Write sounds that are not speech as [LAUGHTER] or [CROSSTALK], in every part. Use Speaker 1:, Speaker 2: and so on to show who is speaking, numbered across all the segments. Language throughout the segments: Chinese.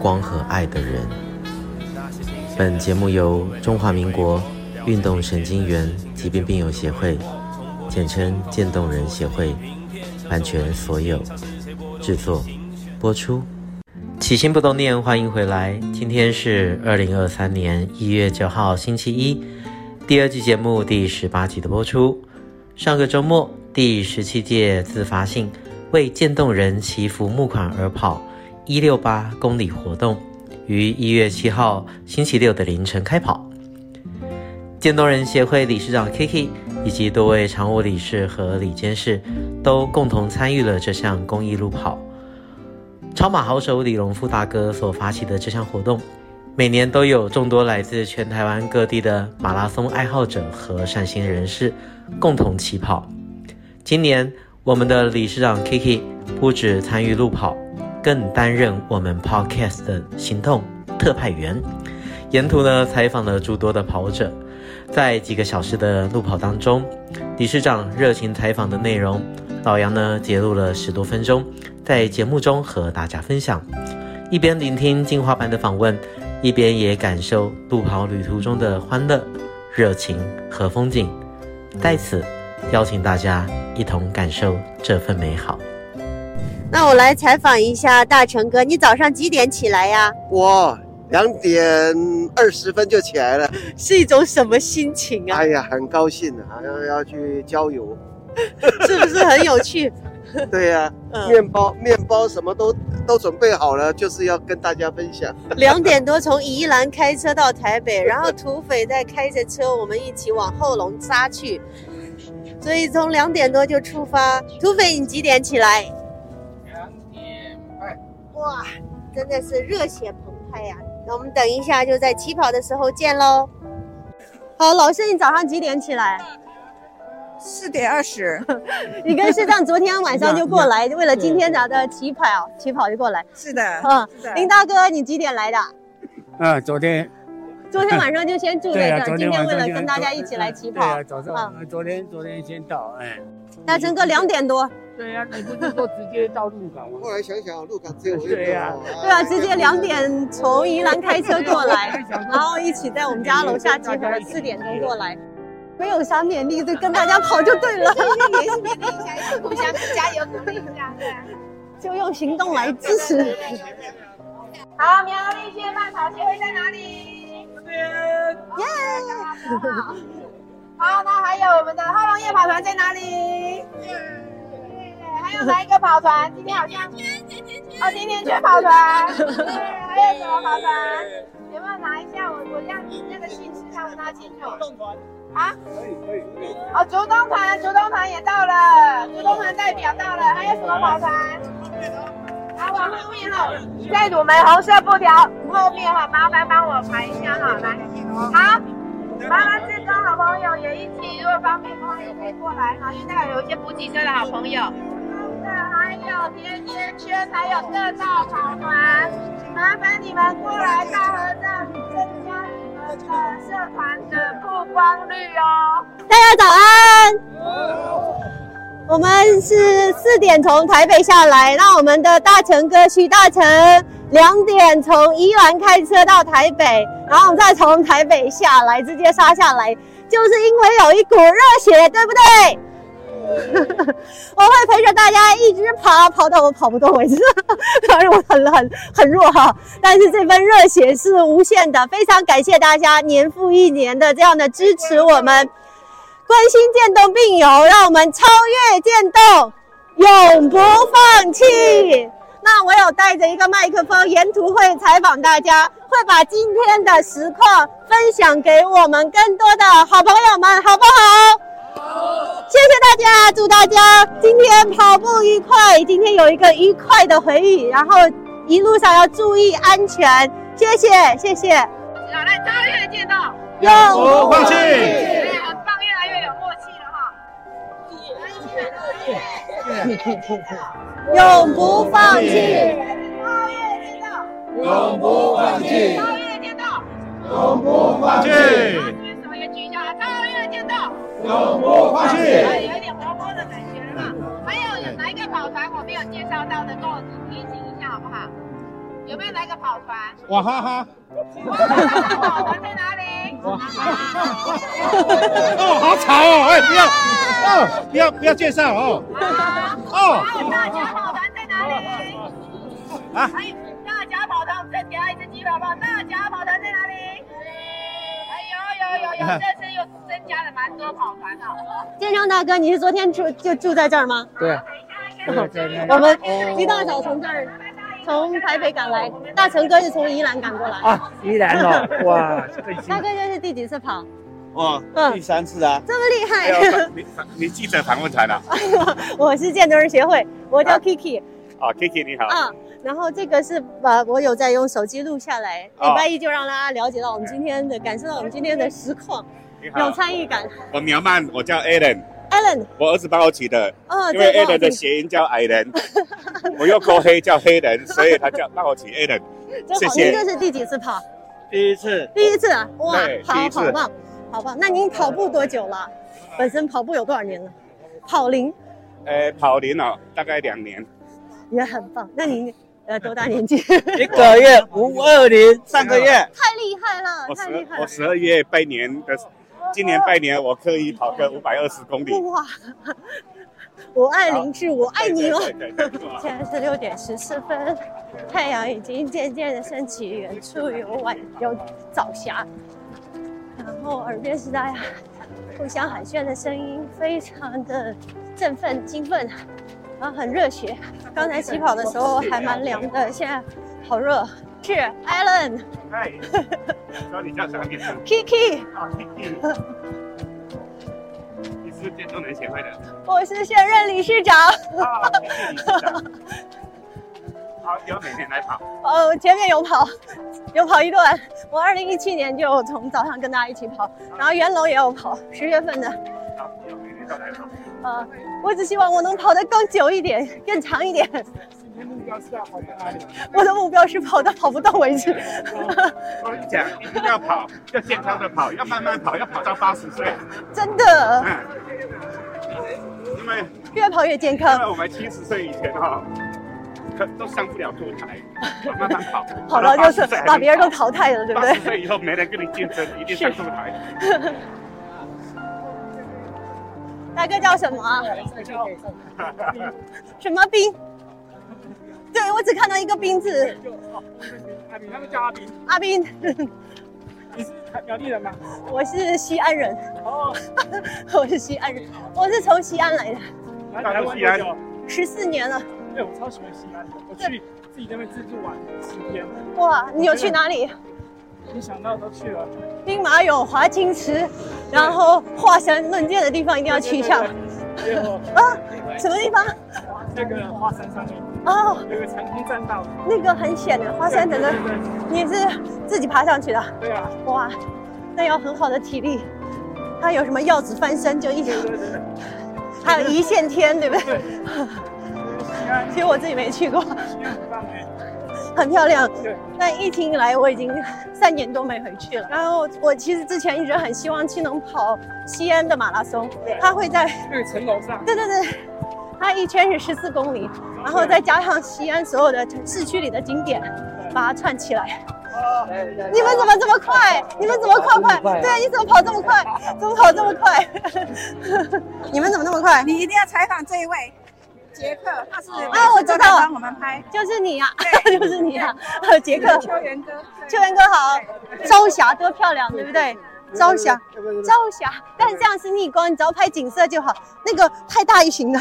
Speaker 1: 光和爱的人。本节目由中华民国运动神经元疾病病友协会，简称渐冻人协会，版权所有，制作、播出。起心不动念，欢迎回来。今天是二零二三年一月九号星期一，第二季节目第十八集的播出。上个周末，第十七届自发性为渐冻人祈福募款而跑一六八公里活动，于一月七号星期六的凌晨开跑。渐冻人协会理事长 Kiki 以及多位常务理事和理监事都共同参与了这项公益路跑。超马好手李荣富大哥所发起的这项活动，每年都有众多来自全台湾各地的马拉松爱好者和善心人士共同起跑。今年，我们的理事长 Kiki 不止参与路跑，更担任我们 Podcast 的行动特派员，沿途呢采访了诸多的跑者。在几个小时的路跑当中，理事长热情采访的内容，老杨呢截录了十多分钟，在节目中和大家分享。一边聆听进化版的访问，一边也感受路跑旅途中的欢乐、热情和风景。在此，邀请大家一同感受这份美好。
Speaker 2: 那我来采访一下大成哥，你早上几点起来呀？
Speaker 3: 我两点二十分就起来了，
Speaker 2: 是一种什么心情啊？
Speaker 3: 哎呀，很高兴啊，要要去郊游。
Speaker 2: 哎是不是很有 [LAUGHS] 趣？
Speaker 3: 对呀、
Speaker 2: 嗯，
Speaker 3: 面包、面包什么都都准备好了，就是要跟大家分享。
Speaker 2: 两点多从宜兰开车到台北， [LAUGHS] 然后土匪再开着车，我们一起往后龙扎去。所以从两点多就出发。土匪，你几点起来？两点半。哇，真的是热血澎湃呀、那我们等一下就在起跑的时候见喽。好，老师，你早上几点起来？
Speaker 4: 四点
Speaker 2: [LAUGHS]
Speaker 4: 二十，
Speaker 2: 你跟市长昨天晚上就过
Speaker 4: [LAUGHS]
Speaker 2: 来，为了今天咱的起跑起跑就过来。
Speaker 4: 是的，
Speaker 2: 嗯，
Speaker 4: 是的
Speaker 2: 林大哥，你几点来的？
Speaker 5: 啊，昨天
Speaker 2: 昨天晚上就先住在
Speaker 5: 对
Speaker 2: 这
Speaker 5: 啊，
Speaker 2: 儿，
Speaker 5: 昨
Speaker 2: 今
Speaker 5: 天
Speaker 2: 天
Speaker 5: 晚
Speaker 2: 为
Speaker 5: 上
Speaker 2: 了
Speaker 5: 就
Speaker 2: 跟大家一起来起
Speaker 5: 对啊，
Speaker 2: 跑。嗯
Speaker 5: 早上昨天昨天先到，哎，
Speaker 2: 大成哥两点多，
Speaker 5: 对呀，你不是说直接到鹿港吗？
Speaker 3: 后来想想，路感只有我一个
Speaker 5: 对呀
Speaker 3: 人哦
Speaker 2: 对啊，直接两
Speaker 5: [LAUGHS]
Speaker 2: 点从宜兰开车过来，然后一起在我们家楼下集合，四点钟过来。没有啥勉励，就跟大家跑就对了，
Speaker 6: 也是勉励一下，互相加油鼓励一下，对。
Speaker 2: [LAUGHS] 就用行动来支持。
Speaker 6: 好，苗栗县慢跑协会在哪里？这边。耶！好，那还有我们的浩龙夜跑团在哪里？还有哪一个跑团？今天好像哦，甜甜圈跑团。对，还有什么跑团？有没有拿一下我我让那个信息他们拿清楚？啊？哦，竹东团，竹东团也到了，竹东团代表到了，还有什么跑团？啊，往后面哈，在乳梅红色布条后面哈，麻烦帮我排一下哈，来，好，麻烦志工好朋友也一起，如果方便的话也可以过来哈，因为那有一些补给车的好朋友。那还有甜甜圈，还有各道跑团，麻烦你们过来大合照，增加你们的社团的曝光率哦。
Speaker 2: 大家早安。我们是四点从台北下来，那我们的大成哥徐大成两点从宜兰开车到台北，然后我们再从台北下来，直接杀下来，就是因为有一股热血，对不对？ [LAUGHS] 我会陪着大家一直跑，跑到我跑不动为 [LAUGHS] 止，当然我很很很弱哈，但是这份热血是无限的，非常感谢大家年复一年的这样的支持我们。关心渐冻病友，让我们超越渐冻，永不放弃。那我有带着一个麦克风，沿途会采访大家，会把今天的实况分享给我们更多的好朋友们，好不好？谢谢大家，祝大家今天跑步愉快，今天有一个愉快的回忆，然后一路上要注意安全，谢谢谢谢，
Speaker 6: 好，来超越见到，
Speaker 2: 用
Speaker 5: 我放弃。
Speaker 6: 哎，很棒，越来越有默契了哈。来一起来超越，
Speaker 2: 永不放弃，
Speaker 6: 超越见到，
Speaker 7: 永不放弃，
Speaker 6: 超越见到，
Speaker 7: 永不放弃，
Speaker 6: 为什么也举一下？超越见到，
Speaker 7: 永不放弃，
Speaker 6: 哎，有一点活泼的感觉了哈。还有有哪一个跑团我没有介绍到的，跟我提醒一下好不好？有没有哪一个跑团？
Speaker 5: 哇哈哈！
Speaker 6: 哇跑团在哪里？
Speaker 5: 哦，好吵哦！哎，不要，哦，不要不要介绍哦。哦
Speaker 6: 还有大家跑团在哪里？
Speaker 5: 啊，
Speaker 6: 还有大甲跑团，我们再给他一只鸡好不好？大甲跑团在哪里？哎有有有有，这次又增加了蛮多跑团哦。
Speaker 2: 建昌大哥，你是昨天住就住在这儿吗？
Speaker 5: 对，哎
Speaker 2: 我们
Speaker 5: 哦
Speaker 2: 一大早
Speaker 6: 哦
Speaker 2: 从这儿从台北赶来，大成哥是从宜兰赶过来。
Speaker 5: 啊，依然
Speaker 2: [LAUGHS]
Speaker 5: 哦，哇，这个已
Speaker 2: 大哥这是第几次跑？
Speaker 7: 哦
Speaker 8: 哇，
Speaker 2: 嗯
Speaker 8: 第，三次啊！
Speaker 2: 这么厉
Speaker 7: 哎呦
Speaker 2: 害！
Speaker 7: 你你记者访问团啊了
Speaker 2: [LAUGHS] 我是建筑人协会，我叫
Speaker 7: 啊
Speaker 2: Kiki
Speaker 7: 啊，Kiki 你好，
Speaker 2: 啊。然后这个是把我有在用手机录下来，
Speaker 7: 哦
Speaker 2: 礼拜一就让大家了解到我们今天的，感受到我们今天的实况，
Speaker 7: 你
Speaker 2: 有
Speaker 7: 好，
Speaker 2: 参与感。
Speaker 7: 我苗曼，我叫 Alan，
Speaker 2: Alan，
Speaker 7: 我儿子帮我起的，
Speaker 2: 哦，
Speaker 7: 因为
Speaker 2: 对
Speaker 7: Alan 的谐音叫矮人， [LAUGHS] 我又够黑叫黑人，所以他叫帮我起 Alan。
Speaker 2: 这好，
Speaker 7: 谢谢
Speaker 2: 您这是第几次跑？
Speaker 8: 第一次
Speaker 2: 第一次啊，哇
Speaker 7: 哦对，第
Speaker 2: 好
Speaker 7: 一次
Speaker 2: 好棒，好棒。那您跑步多久了？本身跑步有多少年了？跑龄
Speaker 7: 呃，跑龄哦，大概两年，
Speaker 2: 啊也很棒。那您呃多大年纪？ [LAUGHS]
Speaker 8: 一个月五二零，上个月
Speaker 2: 太厉害了，
Speaker 7: 我
Speaker 2: 太
Speaker 7: 十
Speaker 2: 厉害
Speaker 7: 我
Speaker 2: 了！
Speaker 7: 十二月拜年的，今年拜年我刻意跑个五百二十公里。
Speaker 2: 哇， [LAUGHS] 我爱林志，我爱你哦！
Speaker 7: 对对对对对哇
Speaker 2: 现在是六点十四分，太阳已经渐渐的升起，远处有晚有早霞，然后耳边是大家互相喊炫的声音，非常的振奋兴奋，然后很热血。刚才起跑的时候还蛮凉的，现在好热。是 Alan
Speaker 7: 嗨，说你叫啥名字？
Speaker 2: Kiki，
Speaker 7: 啊，Kiki
Speaker 2: [LAUGHS]
Speaker 7: 你是建中人协会的
Speaker 2: 我是现任理事长。
Speaker 7: 啊，Kiki 你是的。好，以后每天来跑。
Speaker 2: 呃，我前面有跑，有跑一段。我二零一七年就从早上跟大家一起跑，然后元楼也有跑，十月份的。
Speaker 7: 好，以后每天都来跑。
Speaker 2: 呃，我只希望我能跑得更久一点，更长一点。
Speaker 7: 今天目标是要跑到哪里？
Speaker 2: 我的目标是跑到跑不动为止。
Speaker 5: 哦
Speaker 7: 我跟你讲，一定要跑，要健康的跑，要慢慢跑，要跑到八十岁。
Speaker 2: [LAUGHS] 真的，
Speaker 7: 嗯，因为因
Speaker 2: 越跑越健
Speaker 7: 为
Speaker 2: 康，
Speaker 7: 我们七十岁以前哈、可都上不了舞台，要慢慢跑，
Speaker 2: 跑到就是把别人都淘汰了，对不
Speaker 7: 八
Speaker 2: 对
Speaker 7: 十？岁以后没人跟你竞争，一定上舞台。
Speaker 2: 大哥叫什么啊？什么兵？对，我只看到一个兵字，
Speaker 5: 啊，你那个叫阿斌，
Speaker 2: 阿斌，
Speaker 5: 你是苗栗人吗？
Speaker 2: 我是西安人，
Speaker 5: 哦，
Speaker 2: [LAUGHS] 我是西安人，我是从西安来的，
Speaker 5: 来过西安。
Speaker 2: 十四年了。
Speaker 5: 哎，我超喜欢西安的，我去自己那边自助玩十天，
Speaker 2: 哇，你有去哪里？
Speaker 5: 没想到都去了。
Speaker 2: 兵马俑、华清池，然后华山论剑的地方一定要去一下。
Speaker 5: 结果
Speaker 2: 啊，什么地方？
Speaker 5: 那个华山上面
Speaker 2: 哦，
Speaker 5: 有个长空栈道，
Speaker 2: 那个很险的，华山整个你是自己爬上去的，
Speaker 5: 对啊，
Speaker 2: 哇，那要很好的体力。它有什么要子翻身就一条，
Speaker 5: 对对对
Speaker 2: 还有一线天，对不对？
Speaker 5: 对。西安
Speaker 2: 其实我自己没去过，
Speaker 5: 西安很棒哎，
Speaker 2: 很漂亮。
Speaker 5: 对，
Speaker 2: 但疫情以来，我已经三年多没回去了。然后我其实之前一直很希望去能跑西安的马拉松，它会在
Speaker 5: 那个城楼上，
Speaker 2: 对对对， [LAUGHS] 它一圈是十四公里，然后再加上西安所有的市区里的景点，把它串起来。哦你们怎么这么快？你们怎么快快？对，你怎么跑这么快？ [LAUGHS] 怎么跑这么快？ [LAUGHS] 你们怎么那么快？
Speaker 4: 你一定要采访这一位杰克，他是
Speaker 2: 啊我知道
Speaker 4: 每次都在帮我们拍
Speaker 2: 就是你呀、 [LAUGHS] 就是你呀、杰克，
Speaker 4: 秋元哥，对
Speaker 2: 秋元哥好，朝霞多漂亮，对不对？朝霞，朝霞，但是这样是逆光，你只要拍景色就好。那个拍大一型的，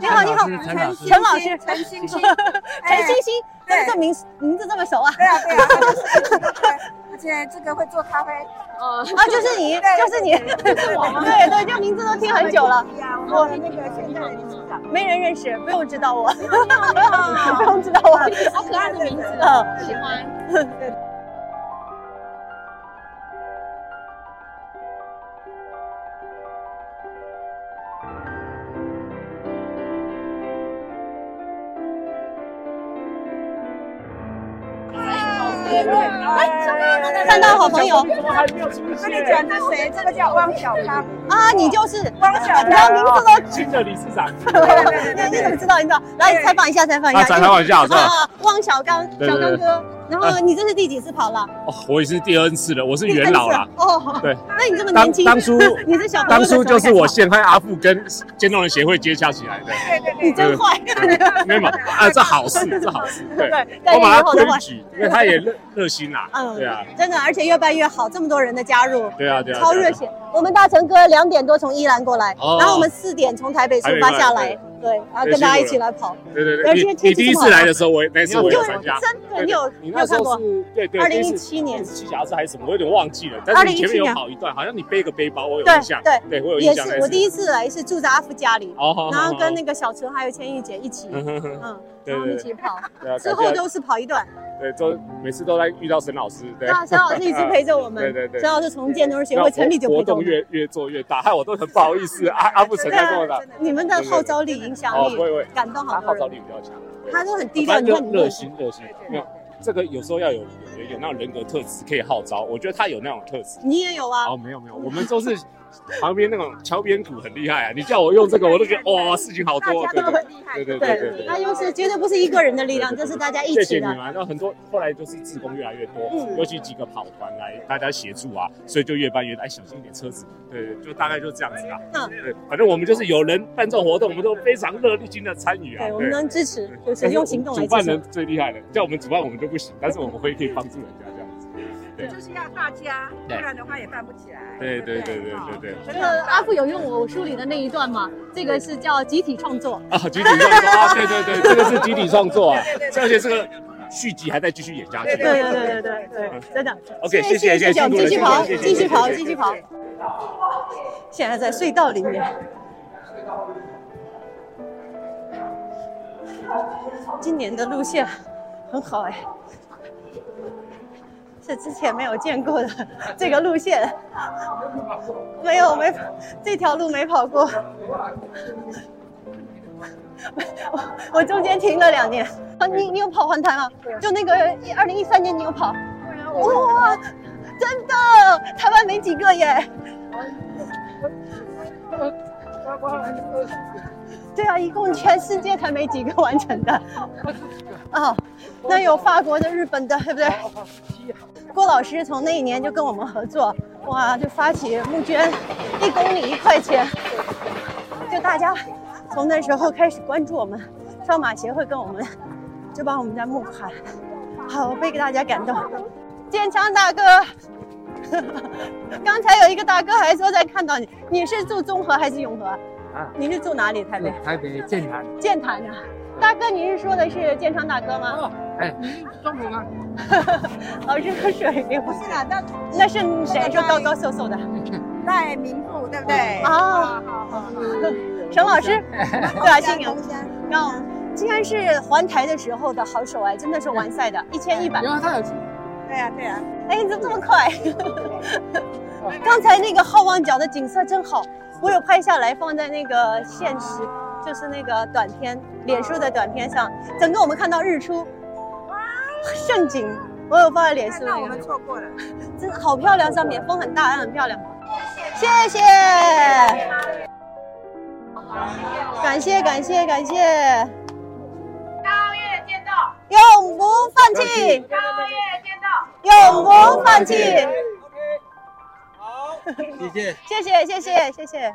Speaker 2: 你好，你好，
Speaker 4: 陈老师
Speaker 2: 陈老师，
Speaker 4: 陈
Speaker 2: [LAUGHS]
Speaker 4: 星星，哎
Speaker 2: 陈星星，
Speaker 4: 对
Speaker 2: 这名字名字这么熟啊？
Speaker 4: 对啊对啊，他就是对，而且这个会做咖啡，
Speaker 2: 啊，就是你，
Speaker 4: 对
Speaker 2: 就是你，
Speaker 4: 就是我吗
Speaker 2: [LAUGHS] 对对，这名字都听很久了，哦
Speaker 4: 我们那个现在的理事长，
Speaker 2: 没人认识，不用知道
Speaker 4: 哦
Speaker 2: 我，
Speaker 4: 你好
Speaker 2: 哦不用知道我，哦
Speaker 4: 好可爱的名字
Speaker 2: 嗯，
Speaker 4: 喜欢。
Speaker 2: 看到哎好朋友
Speaker 4: 跟你讲，这谁？这个叫汪小康，
Speaker 2: 啊，你就是
Speaker 4: 汪小
Speaker 2: 你知道名字
Speaker 4: 康。
Speaker 2: 都
Speaker 7: 新的理事长，
Speaker 2: [LAUGHS] 你你怎么知道？你知道？来采访一下，采访一
Speaker 7: 啊，
Speaker 2: 下。
Speaker 7: 采访一下是吧？
Speaker 2: 啊，汪小刚，
Speaker 7: 对
Speaker 2: 小
Speaker 7: 对
Speaker 2: 刚
Speaker 7: 对
Speaker 2: 哥。然后你这是第几次跑了？
Speaker 7: 哦，我也是第 N 次了，我是元老啦。
Speaker 2: 第三次啊了。哦，
Speaker 7: 对，
Speaker 2: 那你这么年
Speaker 7: 当
Speaker 2: 轻，
Speaker 7: 当初
Speaker 2: 你是小朋友
Speaker 7: 当
Speaker 2: 的时候
Speaker 7: 初就是我
Speaker 2: 感受，
Speaker 7: 陷害阿富跟渐冻人协会接洽
Speaker 2: [LAUGHS]
Speaker 7: 起来的，
Speaker 4: 对对对
Speaker 2: 你真坏。 [LAUGHS]
Speaker 7: 没有嘛？啊，这好事，这好事，对，
Speaker 2: 对
Speaker 7: 我把
Speaker 2: 以
Speaker 7: 他
Speaker 2: 后的话嗯
Speaker 7: 推举，因为他也热热心啦，对啊，，
Speaker 2: 真的，而且越办越好，这么多人的加入，
Speaker 7: 对啊，对啊，
Speaker 2: 超
Speaker 7: 对啊
Speaker 2: 热血。我们大成哥两点多从宜兰过来，
Speaker 7: 哦
Speaker 2: 然后我们四点从台北出发下来
Speaker 7: 台北，
Speaker 2: 对，然后跟大家一起来跑。
Speaker 7: 对对
Speaker 2: 而
Speaker 7: 对，
Speaker 2: 且
Speaker 7: 你
Speaker 2: 天气
Speaker 7: 你第一
Speaker 2: 这么好
Speaker 7: 次来的时候，我也那次我
Speaker 2: 因
Speaker 7: 有
Speaker 2: 为
Speaker 7: 参加。
Speaker 2: 真的，
Speaker 7: 对
Speaker 2: 你有
Speaker 7: 你
Speaker 2: 你
Speaker 7: 那
Speaker 2: 有
Speaker 7: 时
Speaker 2: 看过
Speaker 7: 候？是对对，第一次
Speaker 2: 2017年
Speaker 7: 第一次骑脚踏车还是什么，我有点忘记了。但是你前面有
Speaker 2: 2017
Speaker 7: 跑一段，好像你背个背包，我有
Speaker 2: 对
Speaker 7: 印象。
Speaker 2: 对
Speaker 7: 对，我有
Speaker 2: 也
Speaker 7: 印象。
Speaker 2: 是我第
Speaker 7: 一，
Speaker 2: 一次来，是住在阿富家里，
Speaker 7: 哦，好
Speaker 2: 然后跟那
Speaker 7: 个，
Speaker 2: 个小纯还有千玉姐一起，
Speaker 7: 嗯哼哼
Speaker 2: 嗯，
Speaker 7: 对
Speaker 2: 然后
Speaker 7: 对
Speaker 2: 一
Speaker 7: 对
Speaker 2: 起跑，
Speaker 7: 对啊，
Speaker 2: 之
Speaker 7: 感
Speaker 2: 后
Speaker 7: 谢，
Speaker 2: 都是跑一段。
Speaker 7: 对，都每次都在遇到沈老师，对。
Speaker 2: 那啊沈老师一
Speaker 7: [LAUGHS]
Speaker 2: 直陪着我们，
Speaker 7: 对对对
Speaker 2: 沈老师从建中学会成立就
Speaker 7: 活
Speaker 2: 陪着我
Speaker 7: 动
Speaker 2: 们。
Speaker 7: 越越做越大，害我都很不好意思。
Speaker 2: [LAUGHS]
Speaker 7: 阿阿不成在跟我打，
Speaker 2: 你们的号召力、影响
Speaker 7: 哦，不
Speaker 2: 力、
Speaker 7: 会不会，
Speaker 2: 感动好
Speaker 7: 他
Speaker 2: 多
Speaker 7: 号召
Speaker 2: 人，
Speaker 7: 力比较强。对
Speaker 2: 他都很低调，
Speaker 7: 反
Speaker 2: 你
Speaker 7: 正
Speaker 2: 看你
Speaker 7: 热
Speaker 2: 们
Speaker 7: 心热心，没有这个有时候要有有有那种人格特质可以号召，我觉得他有那种特质。
Speaker 2: 你也有啊，
Speaker 7: 哦，没有没有，我们都是旁边那种敲边鼓很厉害啊！你叫我用这个，我都觉得哇，事情好多。
Speaker 4: 大
Speaker 7: 对
Speaker 4: 家都
Speaker 7: 对
Speaker 4: 很厉害。
Speaker 7: 对对对
Speaker 2: 对，
Speaker 7: 对
Speaker 2: 那
Speaker 7: 对。
Speaker 2: 又是绝对不是一个人的力量，
Speaker 7: 对
Speaker 2: 这
Speaker 7: 对对
Speaker 2: 是大家一
Speaker 7: 谢谢
Speaker 2: 起
Speaker 7: 你
Speaker 2: 的
Speaker 7: 们。啊，那很多后来就是志工越来越多，
Speaker 2: 嗯
Speaker 7: 尤其几个跑团来大家协助啊，所以就越办越大，哎小心一点车子，对，对就大概就这样子啊。
Speaker 2: 嗯
Speaker 7: 对，反正我们就是有人办这种活动，我们都非常热情的参与啊。
Speaker 2: 对，我们能支持，就
Speaker 7: 对
Speaker 2: 是用行动来
Speaker 7: 主办
Speaker 2: 支
Speaker 7: 人
Speaker 2: 持。
Speaker 7: 最厉害的，叫我们主办我们就不行，但是我们会可以帮助人家这样子。
Speaker 4: 对就是要大家，不然的话也办不起来。
Speaker 7: 对对对对
Speaker 4: 不哦
Speaker 7: 对对。
Speaker 2: 这个阿富有用我梳理的那一段嘛？这个是叫集体创作，
Speaker 7: 啊，集体创作
Speaker 2: [LAUGHS]
Speaker 7: 啊，对对对，这个是集体创作啊，而且这个续集还在继续演下
Speaker 2: 对
Speaker 7: 去。
Speaker 2: 对对对对对，真的。
Speaker 7: OK，谢
Speaker 2: 谢
Speaker 7: 谢谢
Speaker 2: 谢，我
Speaker 7: 辛苦
Speaker 2: 们继续跑，
Speaker 7: 了，谢谢
Speaker 2: 继续跑，
Speaker 7: 谢谢
Speaker 2: 继续跑。现在在隧道里面。今年的路线很好哎，是之前没有见过的这个路线，没有没这条路没跑过。我我中间停了两年啊，你你有跑环台吗？就那个二零一三年你有跑？哇，真的，台湾没几个耶。对啊，一共全世界才没几个完成的。啊、那有法国的、日本的，对不对？郭老师从那一年就跟我们合作，哇，就发起募捐，一公里一块钱，就大家从那时候开始关注我们，上马协会跟我们就帮我们在募款，好，我被大家感动。建昌大哥， [LAUGHS] 刚才有一个大哥还说在看到你，你是住中和还是永和？啊，你是住哪里？台北？台北建潭。建潭啊，大哥，你是说的是建昌大哥吗？ [LAUGHS] 哦，这个水流。
Speaker 4: 不是啦，那
Speaker 2: 那是谁说高高瘦瘦的？
Speaker 4: 赖明富对不对？
Speaker 2: 啊，沈老师，对啊，姓杨
Speaker 4: 同乡。
Speaker 2: 让今天是环台的时候的好手哎，真的是完赛的，一千一百。
Speaker 4: 对呀对呀，
Speaker 2: 哎，你怎么这么快？ [LAUGHS] 刚才那个好望角的景色真好，我有拍下来放在那个现实，就是那个短片，脸书的短片上，整个我们看到日出，盛景，我有放在脸书
Speaker 4: 那
Speaker 2: 那
Speaker 4: 我
Speaker 2: 个
Speaker 4: 们，错过了。
Speaker 2: 真的好漂亮，上面风很大，很漂亮。谢谢，感谢感谢感谢，
Speaker 6: 超越剑道，
Speaker 2: 永不放弃，
Speaker 6: 超越剑道。
Speaker 2: 永不放弃。
Speaker 8: 谢谢。
Speaker 2: 谢谢谢谢谢谢。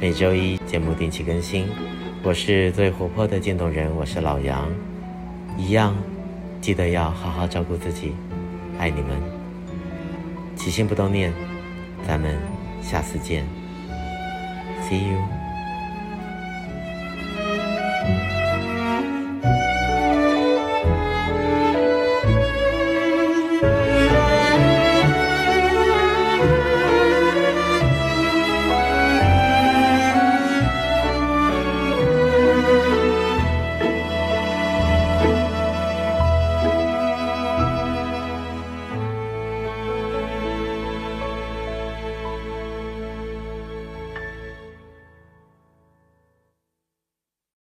Speaker 1: 每周一节目定期更新。我是最活泼的渐冻人，我是老杨。一样，记得要好好照顾自己，爱你们。起心不动念，咱们下次见。See you。